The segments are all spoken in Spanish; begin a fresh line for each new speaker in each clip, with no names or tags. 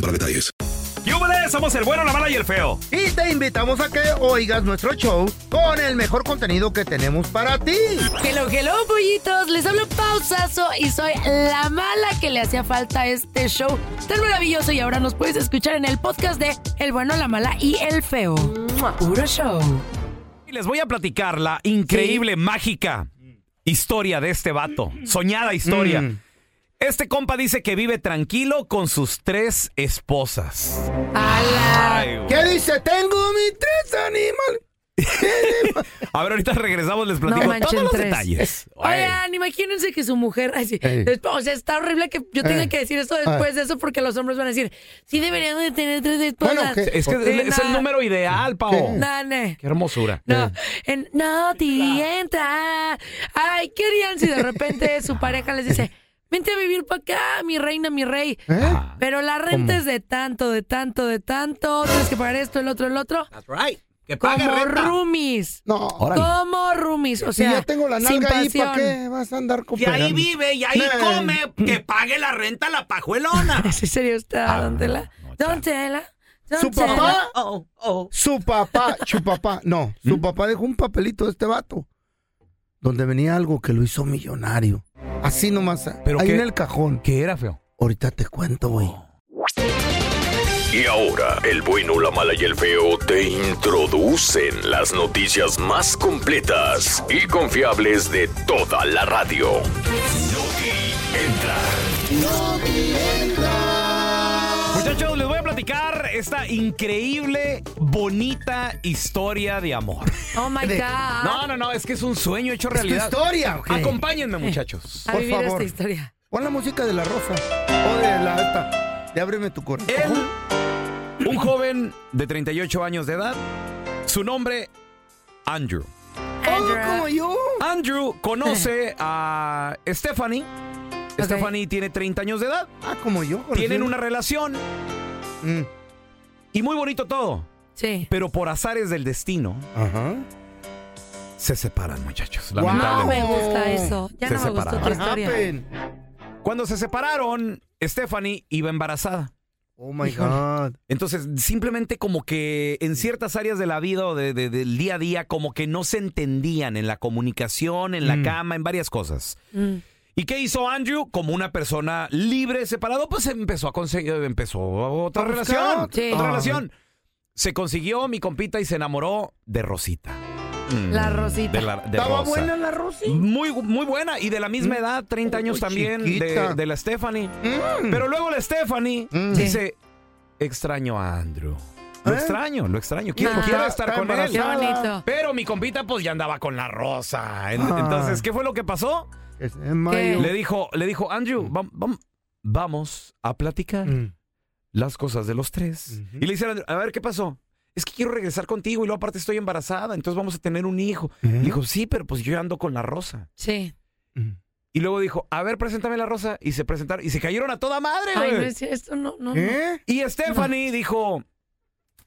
para detalles.
¡Yúbele! Somos el bueno, la mala y el feo.
Y te invitamos a que oigas nuestro show con el mejor contenido que tenemos para ti.
Hello, hello, pollitos. Les hablo pausazo y soy la mala que le hacía falta a este show tan maravilloso. Y ahora nos puedes escuchar en el podcast de El bueno, la mala y el feo. Puro show.
Y les voy a platicar la increíble, mágica historia de este vato. Soñada historia.
Mm.
Este compa dice que vive tranquilo con sus tres esposas. Ay, güey.
¿Qué dice? Tengo mis tres animales.
A ver, ahorita regresamos, les platico
manchen,
todos los
tres.
detalles. Ay.
Oigan, imagínense que su mujer. Así,
Ey.
después- o sea, está horrible que yo tenga
Eh.
que decir esto después de eso porque los hombres van a decir: Sí, deberían de tener tres esposas.
Bueno, que-
Es que
Sí,
es el
na-
número ideal, Pao.
na- na-
Qué hermosura.
No, en, no, tía, entra. Ay, ¿qué harían si de repente su pareja les dice, vente a vivir para acá, mi reina, mi rey?
¿Eh?
Ajá.
Pero la renta es de tanto, de tanto, de tanto. Tienes que pagar esto, el otro, el otro.
Que
Como roomies.
No.
Órale.
Como roomies. O
si
sea,
ya tengo la
sin
nalga ahí,
pasión.
¿para qué vas a andar
Y ahí
cooperando?
vive y ahí
Eh.
come, que pague la renta la pajuelona.
¿Es en serio usted,
Ah,
don Tela?
no, chale.
Don Tela, don
¿Su
Tela.
papá?
Oh, oh.
Su papá, su papá, no, su
¿Mm?
papá dejó un papelito de este vato donde venía algo que lo hizo millonario. Así nomás,
¿Pero
ahí
qué? Oh.
en el cajón.
¿Qué era, feo?
Ahorita te cuento, güey.
Y ahora, el bueno, la mala y el feo te introducen las noticias más completas y confiables de toda la radio.
Muchachos, les voy a platicar esta increíble, bonita historia de amor.
Oh my
De-
God.
No, no, no, es que es un sueño hecho
¿Es tu
realidad. Ah,
historia? o qué?
Acompáñenme, muchachos.
a
por
vivir
favor.
esta historia.
Pon la música de la rosa o de la alta. De ábreme tu corazón.
Él, un joven de 38 años de edad, su nombre, Andrew.
Oh,
Andra,
como yo.
Andrew conoce a Stephanie.
Ok.
Stephanie tiene 30 años de edad.
Ah, como yo. conocí.
Tienen una relación
Mm.
y muy bonito todo.
Sí.
Pero por azares del destino,
Ajá.
se separan, muchachos.
Wow.
No
Lamentablemente.
me gusta eso. Ya
Se
no me gustó tu
separaron.
What
historia.
happened?
Cuando se separaron, Stephanie iba embarazada.
Oh my God.
Entonces, simplemente como que en ciertas áreas de la vida o de- de- del día a día, como que no se entendían en la comunicación, en la
Mm.
cama, en varias cosas.
Mm.
¿Y qué hizo Andrew? Como una persona libre, separado, pues empezó a conseguir, empezó otra
A buscar.
relación.
Sí.
Otra
Ah.
relación. Se consiguió mi compita y se enamoró de Rosita. Mm,
La Rosita.
De la, de
¿Estaba
Rosa. Mm.
buena la rosa?
Muy, muy buena y de la misma edad, 30 años
Oh,
también,
chiquita.
de, de la Stephanie. Pero luego la Stephanie
Mm.
dice, extraño a Andrew. Lo
¿Eh? Ah,
extraño, lo extraño. Quiero,
Nah.
quiero estar
Está
con
Qué
él.
embarazada.
bonito.
Pero mi compita pues ya andaba con la rosa. En-
Ah.
Entonces, ¿qué fue lo que pasó?
Es en mayo.
Le dijo, le dijo, Andrew, vam- vam- vamos a platicar
Mm.
las cosas de los tres.
Ujú.
Y le dice, a Andrew, a ver, ¿qué pasó? Es que quiero regresar contigo y luego aparte estoy embarazada, entonces vamos a tener un hijo.
¿Eh?
Le dijo, sí, pero pues yo ando con la rosa.
Sí.
Mm.
Y luego dijo, a ver, preséntame la rosa. Y se presentaron y se cayeron a toda madre,
Ay, no
güey.
es esto, no, no.
¿Eh?
Y Stephanie dijo,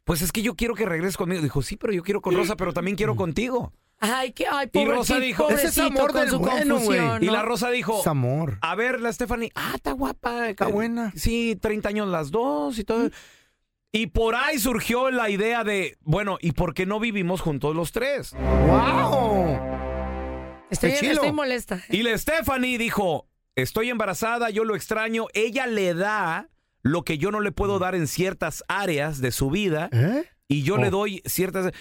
pues es que yo quiero que regreses conmigo. Dijo, sí, pero yo quiero con Rosa, pero también
Mm.
quiero contigo.
no. Ay, que, ay,
Y
pobre,
Rosa
sí,
dijo,
"Ese es
pobrecito
amor
con
del
su
bueno, güey".
confusión,
Y
¿no?
la Rosa dijo,
Es amor.
a ver, la Stephanie, ah, está guapa.
Está
eh,
buena.
Sí, 30 años las dos y todo. Y por ahí surgió la idea de, bueno, ¿y por qué no vivimos juntos los tres?
¡Wow!
Estoy,
Qué chilo.
estoy molesta. ¿eh?
Y la Stephanie dijo, estoy embarazada, yo lo extraño, ella le da lo que yo no le puedo dar en ciertas áreas de su vida
¿Eh?
y yo
Oh.
le doy ciertas...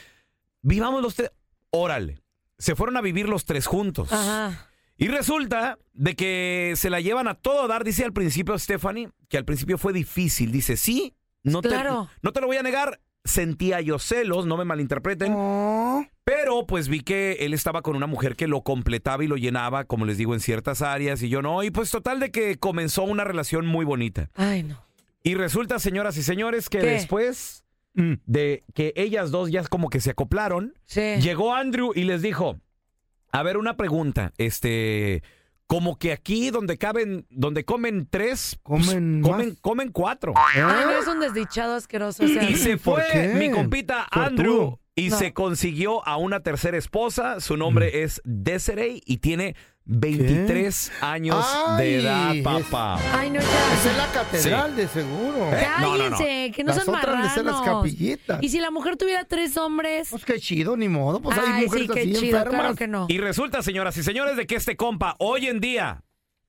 Vivamos los tres, órale. Se fueron a vivir los tres juntos.
Ajá.
Y resulta de que se la llevan a todo dar, dice al principio Stephanie, que al principio fue difícil. Dice, sí, no,
Claro.
te, no te lo voy a negar. Sentía yo celos, no me malinterpreten,
Oh,
pero pues vi que él estaba con una mujer que lo completaba y lo llenaba, como les digo, en ciertas áreas y yo no. Y pues total de que comenzó una relación muy bonita.
Ay, no.
Y resulta, señoras y señores, que
¿Qué?
después mm, de que ellas dos ya como que se acoplaron,
Sí.
Llegó Andrew y les dijo, a ver, una pregunta, este, como que aquí donde caben, donde comen tres, pues,
Comen
comen, Ah.
más. Ah,
comen cuatro.
Ay, no, es un desdichado asqueroso. O sea,
Y se
¿Por
fue
qué?
mi compita
Sortudo.
Andrew y
No.
se consiguió a una tercera esposa. Su nombre
Mm.
es Desiree y tiene 23 años
Ay,
de edad,
es-
papá.
Ay, no, ya.
esa es la catedral, de seguro.
No, no, no.
Cállense, que no
Las
son
otras les hacen las
marranos.
capillitas.
Y si la mujer tuviera tres hombres.
Pues qué chido, ni modo. Pues hay
ay,
mujeres
sí, qué
así
chido,
enfermas.
claro que no.
Y resulta, señoras y señores, de que este compa hoy en día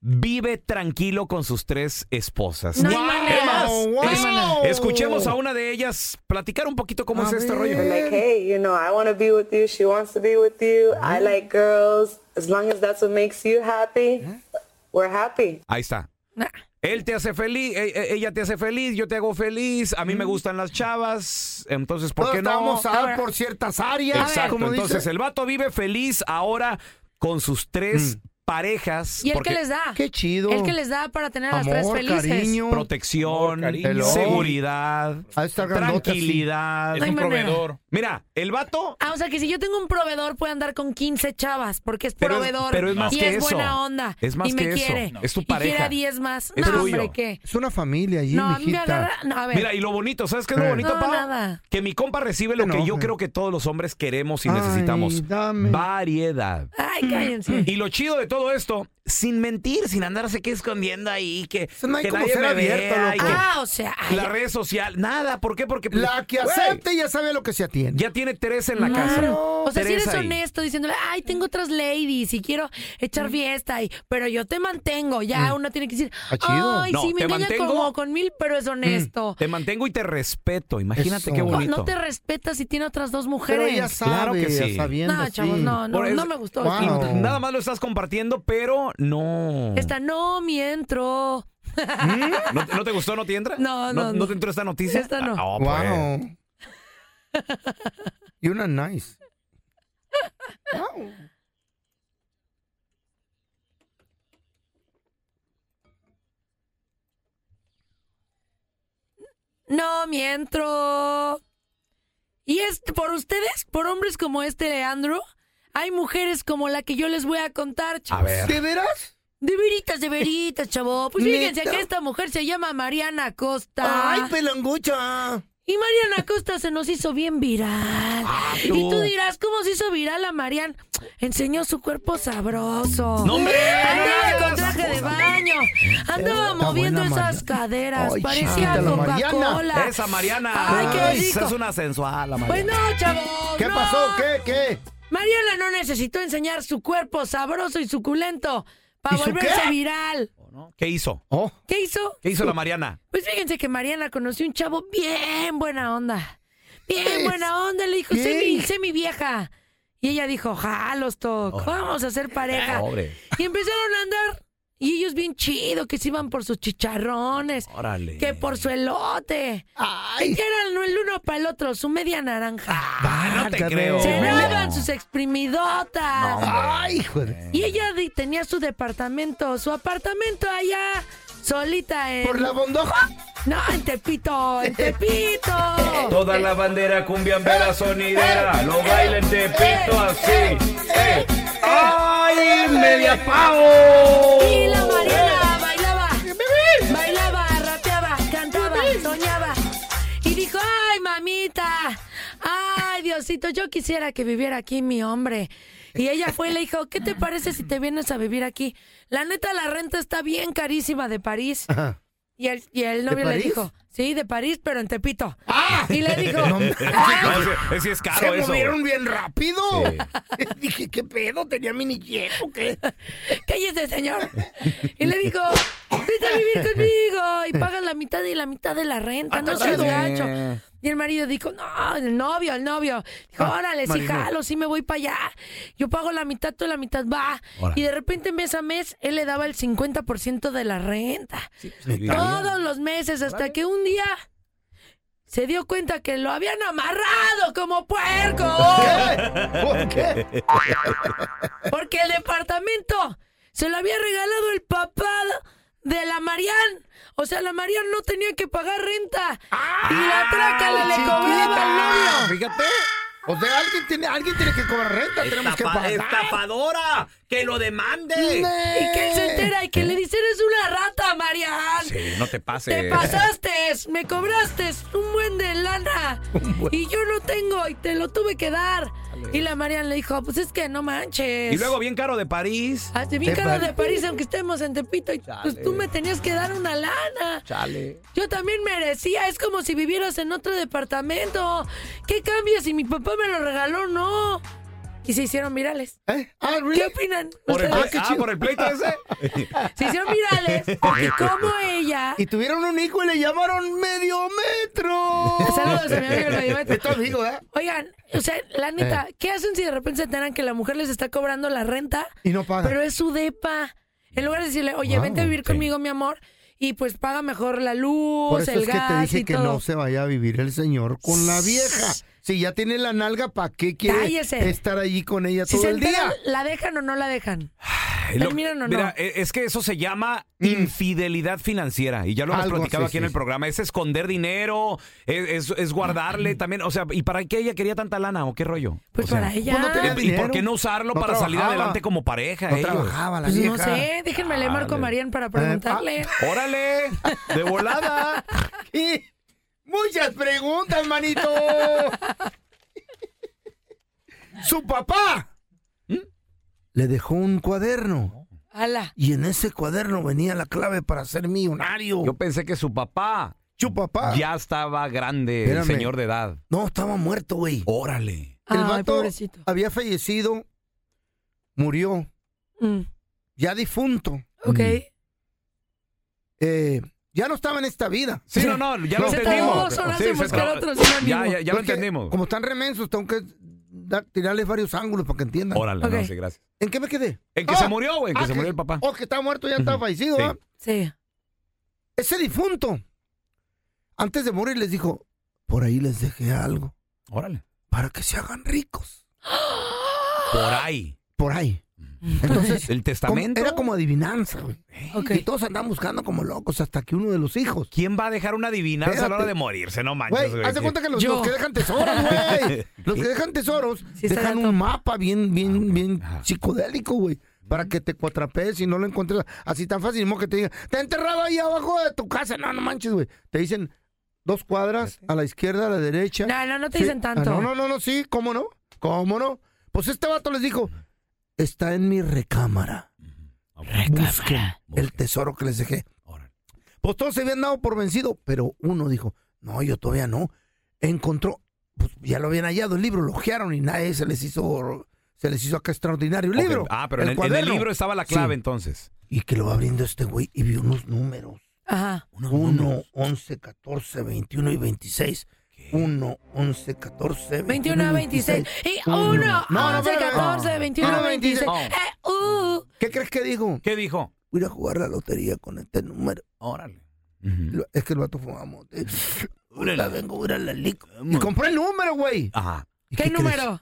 vive tranquilo con sus tres esposas.
No hay
Es
manera.
más,
No hay
es-
manera.
escuchemos a una de ellas platicar un poquito cómo
A
es este
ver.
rollo.
like, hey, you know, I want to be with you. She wants to be with you. I like girls. As long as that's what makes you happy, we're happy.
Ahí está.
Nah.
Él te hace feliz, e- e- ella te hace feliz, yo te hago feliz, a mí me gustan las chavas, entonces
Mm.
¿por
Todos
qué no?
Vamos a
A
dar
ver.
por ciertas áreas.
Exacto,
como
entonces
dice.
el vato vive feliz ahora con sus tres
Mm.
parejas.
¿Y el
porque
que les da?
Qué chido.
El que les da para tener a las
Amor,
tres felices.
cariño.
Protección,
cariño.
seguridad,
Ha de estar grandote así.
tranquilidad.
No hay manera.
Mira, el vato
Ah, o sea que si yo tengo un proveedor puede andar con 15 chavas porque es
Pero es-
proveedor
pero es más
y
que
es
eso.
buena onda
Es más
y me
que eso.
quiere.
No. Es tu
Y quiere
pareja.
a 10 más.
Es
no,
tuyo.
hombre, ¿qué?
Es una familia allí,
No, a mí me
mijita.
agarra... No, a ver.
Mira, y lo bonito, ¿sabes qué es lo
Eh.
bonito,
No,
pa?
nada.
Que mi compa recibe lo
Te
que yo
enoja.
creo que todos los hombres queremos y
Ay,
necesitamos.
dame.
Variedad.
Ay, cállense.
Y lo chido de todo esto, sin mentir, sin andarse que escondiendo ahí, que,
Eso no hay
que
como
nadie
ser
me
abierto,
vea y
loco.
ah, o sea...
que
ay,
la red social, nada, ¿por qué? Porque
La que
güey,
acepte ya sabe a lo que se atiende.
ya tiene tres en la casa.
claro. O sea, si
Tres
eres
ahí.
honesto diciéndole, ay, tengo otras ladies y quiero
Mm.
echar fiesta, y, pero yo te mantengo. Ya uno tiene que decir,
Ah, chido.
ay,
No,
sí, me
te
engaña
mantengo.
como con mil, pero es honesto.
Te mantengo y te respeto. Imagínate
Eso.
qué
No,
No,
bonito.
no te respetas si tiene otras dos
Pero
mujeres.
ella sabe,
Claro que sí.
ya sabiendo,
No,
sí.
chavos, no, no,
Por eso-
Ah, no me gustó.
Wow.
Esta-
No.
Nada más lo estás compartiendo, pero no.
Esta no mientro.
¿No, te- no te gustó? ¿No te entra?
No, no, no.
te entró esta noticia?
Esta no.
Ah, pues.
Wow. y una nice. Wow.
No mientro. Y es por ustedes, por hombres como este Leandro, hay mujeres como la que yo les voy a contar,
A
chavos.
ver.
¿De veras?
De veritas, de veritas, chavo. Pues fíjense
¿Neta?
que esta mujer se llama Mariana Costa.
Ay, pelangocha.
Y Mariana Costa se nos hizo bien viral. y tú
Ah, tú.
dirás, ¿cómo se hizo viral a Marian? Enseñó su cuerpo sabroso.
¡No hombre!
Andaba con traje de baño. Andaba
Está
moviendo
buena,
esas
Mariana.
caderas.
Ay,
Parecía
chiquita la
Coca-Cola.
Mariana.
Esa Mariana.
Ay, qué
ay,
rico.
Es una sensual, la
Pues
Mariana.
no, chavos.
¿Qué
no.
pasó? ¿Qué? ¿Qué?
Mariana no necesitó enseñar su cuerpo sabroso y suculento
¿Y
para
su
volverse
qué?
viral.
¿Qué hizo?
Oh,
¿Qué hizo?
¿Qué hizo la Mariana?
Pues fíjense que Mariana conoció un chavo bien buena onda. Bien
Es-
buena onda, le dijo,
¿Qué?
sé mi, sé mi vieja. Y ella dijo, jalos, Toc, vamos a ser pareja.
Pobre.
Y empezaron a andar. Y ellos bien chido, que se iban por sus chicharrones,
Órale.
que por su elote.
ay.
Que eran el uno para el otro, su media naranja.
Ah, no te
Válgame.
creo.
Se daban sus exprimidotas.
Ay, joder.
Y ella di- tenía su departamento, su apartamento allá, solita en...
Por la bondoja.
No, en Tepito, en Tepito.
Toda la bandera
Eh,
cumbiambera sonidera. Lo baila en Tepito así.
¡Eh!
¡Ah!
¡Ay, media pavo!
Y eh, la Mariana bailaba, bailaba, rapeaba, cantaba, soñaba. Y dijo, ay, mamita, ay, Diosito, yo quisiera que viviera aquí mi hombre. Y ella fue y le dijo, ¿qué te parece si te vienes a vivir aquí? La neta, la renta está bien carísima de París.
Ajá.
Y el, y el novio le
París? ¡Ah!
dijo, sí, de París, pero en Tepito. Y le dijo,
No, hombre.
"Ay,
sí, sí es
Se
caro eso.
movieron bien rápido. Dije, ¿qué pedo? ¿Tenía mini jet o qué?
cállese, señor. Y le dijo, vete a vivir conmigo y pagas la mitad y la mitad de la renta,
Ah,
no seas
chido.
gacho. Y el marido dijo, no, el novio, el novio. Dijo,
Ah,
órale, sí,
marido.
jalo, sí me voy para allá. Yo pago la mitad, tú la mitad, va. Y de repente, mes a mes, él le daba el 50% de la renta.
pues,
Todos los meses, hasta que un día se dio cuenta que lo habían amarrado como puerco.
¿Por qué?
Porque el departamento se lo había regalado el papá de la Marian. O sea, la Marian no tenía que pagar renta. y la trácala le cobraba al novio.
Fíjate. O sea, alguien tiene, alguien tiene que cobrar renta. Tenemos que
Estafa-
pagar.
¡Estafadora! ¡Que lo demande!
Y que él se entera y que le dice, eres una rata, Marian.
Sí, no te pases.
Te pasaste, me cobraste un buen de lana. Y yo no tengo y te lo tuve que dar. Y la Marian le dijo, pues es que no manches.
Y luego bien caro de París.
Hace bien
De
caro
París.
de París, aunque estemos en Tepito, y pues tú me tenías que dar una lana.
Chale.
Yo también merecía, es como si vivieras en otro departamento. ¿Qué cambia si mi papá me lo regaló? No. Y se hicieron virales.
¿Eh? Ah, ¿really?
¿Qué opinan?
Por el,
ustedes?
ple- ah, por el pleito ese.
Se hicieron virales porque como ella...
Y tuvieron un hijo y le llamaron medio metro.
Saludos a mi amigo el Mediometro.
Esto digo, ¿eh?
Oigan, o sea, la neta, ¿qué hacen si de repente se enteran que la mujer les está cobrando la renta?
Y no pagan.
Pero es su depa. En lugar de decirle, oye, vente a vivir conmigo, mi amor, y pues paga mejor la luz,
Por eso
el
es que
gas
te dije
y
que
todo.
no se vaya a vivir el señor con la vieja. Si ya tiene la nalga, ¿para qué quiere
Cállese.
estar allí con ella
si
todo
se
el
enteran,
día?
¿la dejan o no la dejan?
Lo-
¿Terminan o no?
mira, e- es que eso se llama infidelidad financiera y ya lo hemos
Algo
platicado
así,
aquí en
sí,
el
sí.
programa. Es esconder dinero, es, es- es guardarle también. O sea, ¿y para qué ella quería tanta lana o qué rollo?
Pues
O sea,
para ella.
pues no te-
¿Y por qué no usarlo
No
para salir
trabajaba.
adelante como pareja?
No
ellos?
trabajaba la
Pues
vieja.
no sé, déjenme le marco a Marian para preguntarle.
Ah,
¡Órale! ¡De volada!
Y muchas preguntas, manito. Su papá le dejó un cuaderno
Ala.
y en ese cuaderno venía la clave para ser millonario.
Yo pensé que su papá
Su papá
ya estaba grande, el
Ah. Espérame.
señor de edad.
no estaba muerto, güey.
órale.
El
Ay,
vato
pobrecito.
había fallecido, murió,
Mm,
ya difunto.
ok.
Mm.
Pues
eh, ya no estaba en esta vida.
Sí, no, no, ya
No,
lo
se
tardó
entendimos.
dos horas
Sí,
en
se
buscar
tardó.
otro sinónimo.
Ya, ya, ya lo
Es que,
entendimos.
Como están remensos, tengo que dar- tirarles varios ángulos para que entiendan.
Órale, no,
Ok.
sí, gracias.
¿En qué me quedé?
En que
Ah,
se murió, güey, en que
ah,
se murió el papá.
Oh, que está muerto, ya está
Ujú.
fallecido.
Sí.
¿ah?
Sí.
Ese difunto, antes de morir, les dijo: Por ahí les dejé algo
Órale.
para que se hagan ricos.
Por ahí.
Por ahí. Entonces,
El
como-
testamento.
era como adivinanza, güey.
Ok.
Y todos andaban buscando como locos hasta que uno de los hijos.
¿Quién va a dejar una adivinanza a la hora
Espérate.
de morirse? No manches,
Güey,
güey.
haz de cuenta que los,
Yo.
los que dejan tesoros, güey. Los que dejan tesoros
Sí, está
dejan
gato.
un mapa bien, bien, bien
Ajá.
psicodélico, güey. Para que te cuatrapees y no lo encuentres así tan fácil. Como que te digan, te enterrado ahí abajo de tu casa. No, no manches, güey. Te dicen dos cuadras, a la izquierda, a la derecha.
No, no, no te
Sí.
dicen
Ah,
tanto.
no, no, no, no, sí, ¿cómo no? ¿Cómo no? Pues este vato les dijo, está en mi recámara. Busquen el tesoro que les dejé.
Órale.
Pues todos se habían dado por vencido, pero uno dijo, no, yo todavía no. Encontró, pues ya lo habían hallado el libro, lo ojearon y nadie se les hizo, se les hizo acá extraordinario el
Ok,
libro.
Ah, pero en el, en el
cuaderno.
libro estaba la clave
Sí.
entonces.
Y que lo va abriendo este güey y vio unos números.
Ajá.
1, 11, 14, 21 y 26. 1, 11, 14,
21 a 26. Y 1,
Mm. No, Ah, no,
11,
espérame.
14, 21 a
No,
26.
no.
Oh.
Eh, uh.
¿Qué crees que digo?
¿Qué dijo?
Voy a ir a jugar la lotería con este número.
Órale.
Lo- Es que el vato fumaba mote. Ahorita vengo a ir a la lic- Y compré el número, güey.
Ajá.
¿Y
¿Qué
crees?
número?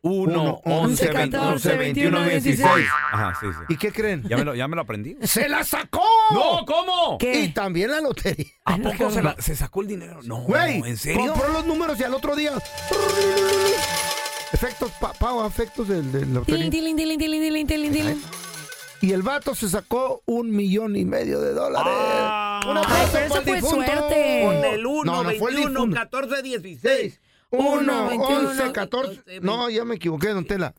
1, 11,
14,
14, 21,
16.
16. Ajá, sí, sí.
¿Y qué creen?
Ya me lo, ya me lo aprendí.
¡Se la sacó!
¡No! ¿Cómo?
¿Qué?
Y también la lotería.
¿A poco se, la- se sacó el dinero? No,
Güey,
¿en serio?
compró los números y al otro día efectos, pa- pago a efectos del, del lotería.
Tilín, tilín, tilín, tilín, tilín, tilín, tilín.
Y el vato se sacó un millón y medio de dólares. Un aplauso
Ah. Ay, pero eso
para el
fue
difunto.
suerte.
Con el 1,
No, no, fue el
21,
difunto.
14, 16.
6, 1,
Uno, 21,
11, 14. No, ya me equivoqué, don Tela.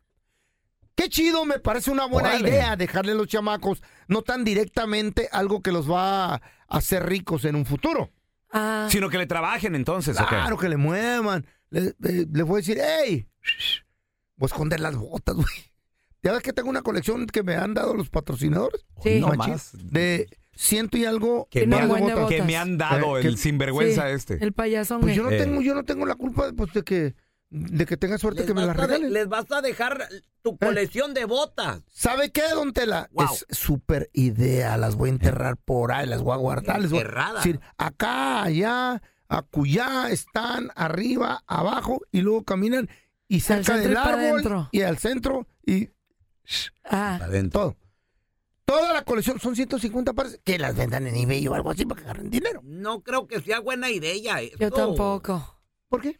Qué chido, me parece una buena
Órale.
idea dejarle a los chamacos, no tan directamente algo que los va a hacer ricos en un futuro.
Ah,
Sino que le trabajen entonces, ¿o qué?
Claro, que le muevan. Le, le- le voy a decir, hey, voy a esconder las botas, güey. Ya ves que tengo una colección que me han dado los patrocinadores.
Sí.
No
machín.
más. De ciento y algo.
Que,
Tiene
me han,
pares de
buena
botas.
que me han dado
Eh,
el
que-
sinvergüenza
sí,
este.
El payaso.
Pues yo no
Eh.
tengo, yo no tengo la culpa pues, de que de que tenga suerte que me la Eh.
vas a de-
regalen.
les vas a dejar tu colección de botas.
¿Sabe qué, don Tela?
Wow.
Es súper idea. Las voy a enterrar por ahí, las voy a guardar. Les voy a-
Eh. Enterrada.
Es decir, acá, allá, acullá, están arriba, abajo, y luego caminan y
Al
cerca
centro y
del
pa'
árbol
adentro.
y al centro y
Ah,
Adentro.
todo. Toda la colección son 150 pares que las vendan en eBay o algo así para que agarren dinero.
No creo que sea buena idea. esto.
yo tampoco.
¿Por qué?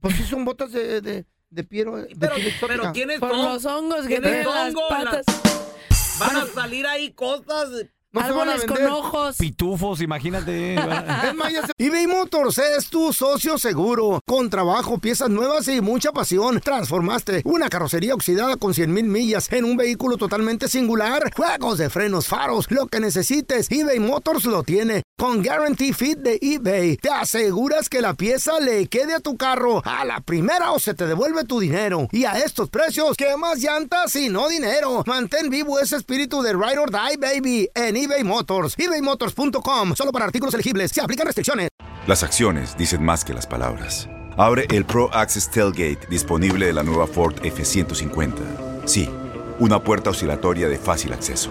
Pues sí son botas de, de, de piero. de
Pero,
piel exótica.
pero tienes
Por
todo.
los hongos que
Tienes
tienen las
hongo,
patas.
Van a salir ahí cosas.
No se van a
árboles con
vender.
ojos.
Pitufos, imagínate. eh,
eBay Motors es tu socio seguro. Con trabajo, piezas nuevas y mucha pasión. Transformaste una carrocería oxidada con 100 mil millas en un vehículo totalmente singular. Juegos de frenos, faros, lo que necesites. eBay Motors lo tiene. Con Guarantee Fit de eBay, te aseguras que la pieza le quede a tu carro a la primera o se te devuelve tu dinero. Y a estos precios, ¿qué más llantas y no dinero? Mantén vivo ese espíritu de Ride or Die, baby, en eBay Motors. ebaymotors.com, solo para artículos elegibles. Se aplican restricciones.
Las acciones dicen más que las palabras. Abre el Pro Access Tailgate disponible de la nueva Ford F-150. Sí, una puerta oscilatoria de fácil acceso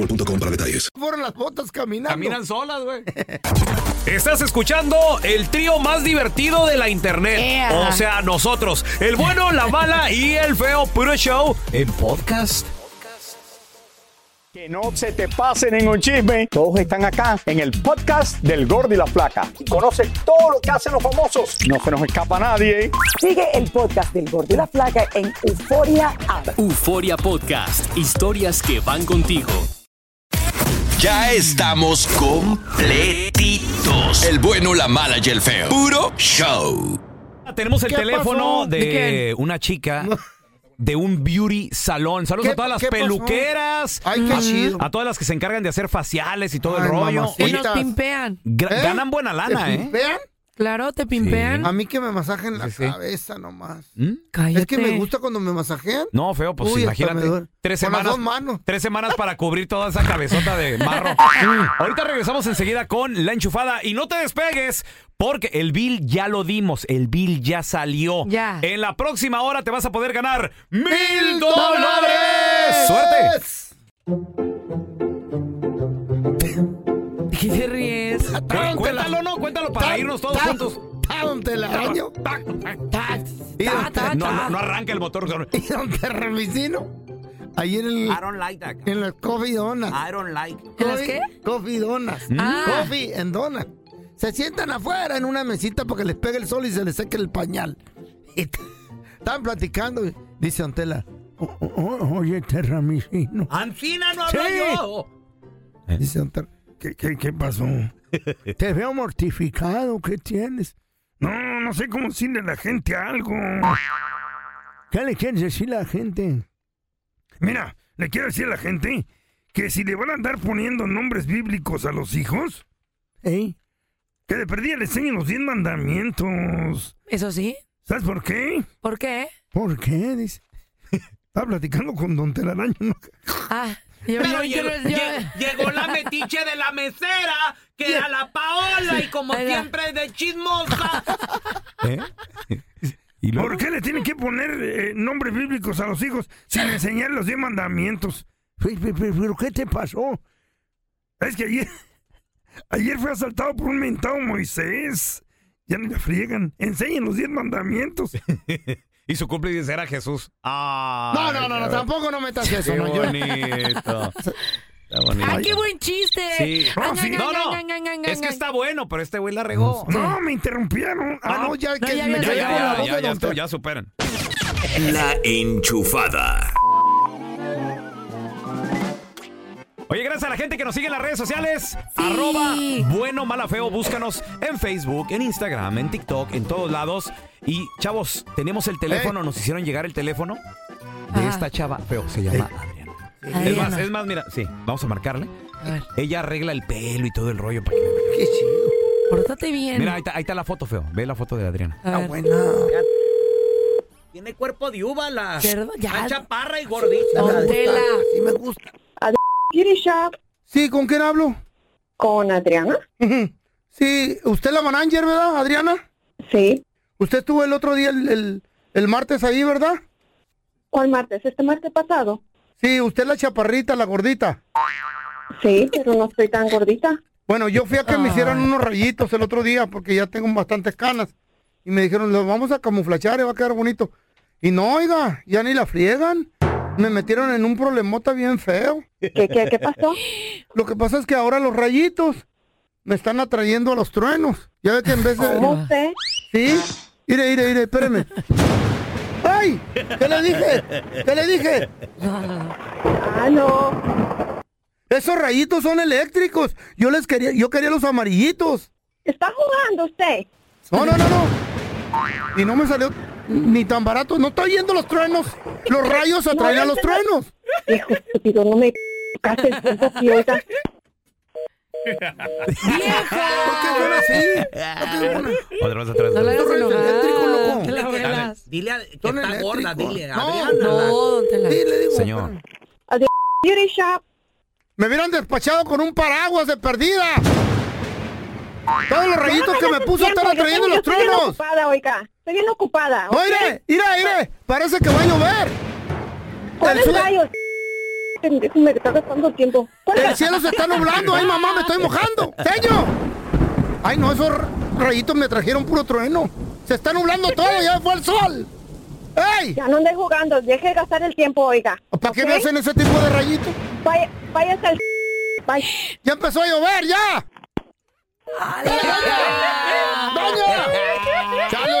para detalles.
Fueron las botas caminando. ¿Eh?
Caminan solas, güey. Estás escuchando el trío más divertido de la internet.
Ea.
O sea, nosotros. El bueno, la mala y el feo puro show en podcast.
Que no se te pase ningún chisme. Todos están acá en el podcast del Gordi y la Flaca. Y conoce todo lo que hacen los famosos. No se nos escapa nadie.
Sigue el podcast del Gordo y la Flaca en Euforia App.
Euforia Podcast, historias que van contigo.
Ya estamos completitos. El bueno, la mala y el feo. Puro show.
Tenemos el
¿Qué
teléfono
pasó?
de,
¿De quién?
una chica de un beauty salón. Saludos
¿Qué-
a todas las
qué pasó?
peluqueras,
Ay, qué chido.
a todas las que se encargan de hacer faciales y todo el
Ay,
rollo.
mamacita.
Y
Oye,
nos
Bolitas.
pimpean.
gra-
¿Eh?
ganan buena lana, ¿eh?
Vean,
Claro, te pimpean.
a mí que me masajen la
Sí, sí.
cabeza nomás.
¿Mm?
Cállate.
Es que me gusta cuando me masajean.
No, feo, pues
Uy, hasta me
imagínate.
duele.
Tres
Con las
semanas.
dos manos.
Tres semanas para cubrir toda esa cabezota de marro. Ahorita regresamos enseguida con la enchufada. Y no te despegues, porque el bill ya lo dimos. El bill ya salió.
Ya.
En la próxima hora te vas a poder ganar mil dólares. ¡Suerte!
¿De ¿Qué te ríes?
Cu- Cuéntalo, no, cuéntalo para irnos todos juntos.
Don telaraño. Y
ta,
don
ta,
Te-
No, no, no arranca el motor.
y don terramicino. Ahí en el.
I don't like that.
En las coffee donuts.
Ah,
I don't like.
¿En las
Coffee-
qué?
Coffee donuts.
Ah.
Coffee en donuts. Se sientan afuera en una mesita porque les pega el sol y se les seque el pañal. Y t- estaban platicando, y dice Antela. Oye, terramicino.
Ancina no hablo
Sí.
yo.
Dice don Tar- ¿Qué, qué, qué pasó? Te veo mortificado, ¿qué tienes? No, no sé cómo decirle a la gente algo. ¿Qué le quieres decir a la gente? Mira, le quiero decir a la gente que si le van a andar poniendo nombres bíblicos a los hijos,
Que de perdida le enseñen los 10 mandamientos.
¿Eso sí?
¿Sabes por qué?
¿Por qué?
¿Por qué? Dice. Estaba platicando con Don Telaraño. ¿no?
Ah, yo,
Pero
yo- yo-
llegó,
yo-
lle- llegó la metiche de la mesera, que era la Paola, y como siempre de chismosa.
¿Eh?
¿Por qué le tienen que poner eh, nombres bíblicos a los hijos sin enseñar los 10 mandamientos? Fe- fe- fe- ¿Pero qué te pasó? Es que ayer, ayer fue asaltado por un mentado Moisés. Ya ni la friegan. Enseñen los 10 mandamientos.
y su cumple era Jesús. Ah,
No, no, no, no, tampoco no metas eso,
Qué
no, yo-
bonito. Está bonito.
¡Ay, Ah, qué buen chiste!
Sí.
Ah,
Sí.
nga,
No,
nga,
no.
nga, nga, nga,
Es que
nga.
está bueno, pero este güey la regó.
No, me interrumpieron. Ah, no, ya que
ya,
me
Ya,
quedé
ya,
con la
ya,
voz
ya,
de
ya,
Don
esto- ya superan.
La enchufada.
Oye, gracias a la gente que nos sigue en las redes sociales. Arroba bueno, mala, feo. Búscanos en Facebook, en Instagram, en TikTok, en todos lados. Y chavos, tenemos el
Eh.
teléfono. Nos hicieron llegar el teléfono de esta chava. Feo, se
Eh.
llama Adriana. Es más, es más, mira, sí, vamos a marcarle. Ella arregla el pelo y todo el rollo. Para que...
Qué chido. Pórtate bien.
Em.
Mira, ahí está, ahí está la foto, feo. Ve la foto de Adriana.
A ver.
Tiene cuerpo de uva la,
Cerdo, ya.
la chaparra y gordita.
Sí me gusta. Sí, ¿con quién hablo?
Con Adriana.
Sí, usted es la manager, ¿verdad, Adriana?
Sí.
Usted estuvo el otro día, el, el- el martes ahí, ¿verdad?
¿Cuál martes? ¿Este martes pasado?
Sí, usted es la chaparrita, la gordita.
Sí, pero no estoy tan gordita.
Bueno, yo fui a que me hicieran unos rayitos el otro día porque ya tengo bastantes canas. Y me dijeron, los vamos a camuflachar y va a quedar bonito. Y no, oiga, ya ni la friegan. Me metieron en un problemota bien feo.
¿Qué, qué- qué pasó?
Lo que pasa es que ahora los rayitos me están atrayendo a los truenos. Ya ve que en vez de...
¿Cómo usted?
¿Sí? Ire, ire, ire, espéreme. ¡Ay! ¿Qué le dije? ¿Qué le dije?
Ah, no.
Esos rayitos son eléctricos. Yo les quería, yo quería los amarillitos.
¿Está jugando usted?
No, no, no, no. Y no me salió ni tan barato. No estoy yendo los truenos. Los rayos atraen a los truenos.
Hijo estúpido, no me case el tiempo que oiga.
Otra vez, otra vez, otra vez.
Dile a, que está gorda, dile.
No,
Adriana.
Sí, le digo.
Señor.
Adri- Beauty Shop.
Me hubieran despachado con un paraguas de perdida. Todos los rayitos que me puso están atrayendo los
Ah, Estoy bien
truenos.
ocupada, oiga. Estoy bien ocupada. ¿ok?
Oye, mira, mira, parece que va a llover.
¿Cuáles
el cielo-
rayos? Pendejo, Me está gastando el tiempo. ¿Cuáles
El cielo se está nublando, ay mamá, me estoy mojando. ¡Señor! Ay no, esos rayitos me trajeron puro trueno. Se está nublando todo, ya fue el sol. ¡Ey!
Ya no ande jugando, deje de gastar el tiempo, oiga.
¿Para qué
¿ok?
me hacen ese tipo de rayitos?
Vaya, váyase al... Bye.
¡Ya empezó a llover, ya! ¡Doña! ¡Chale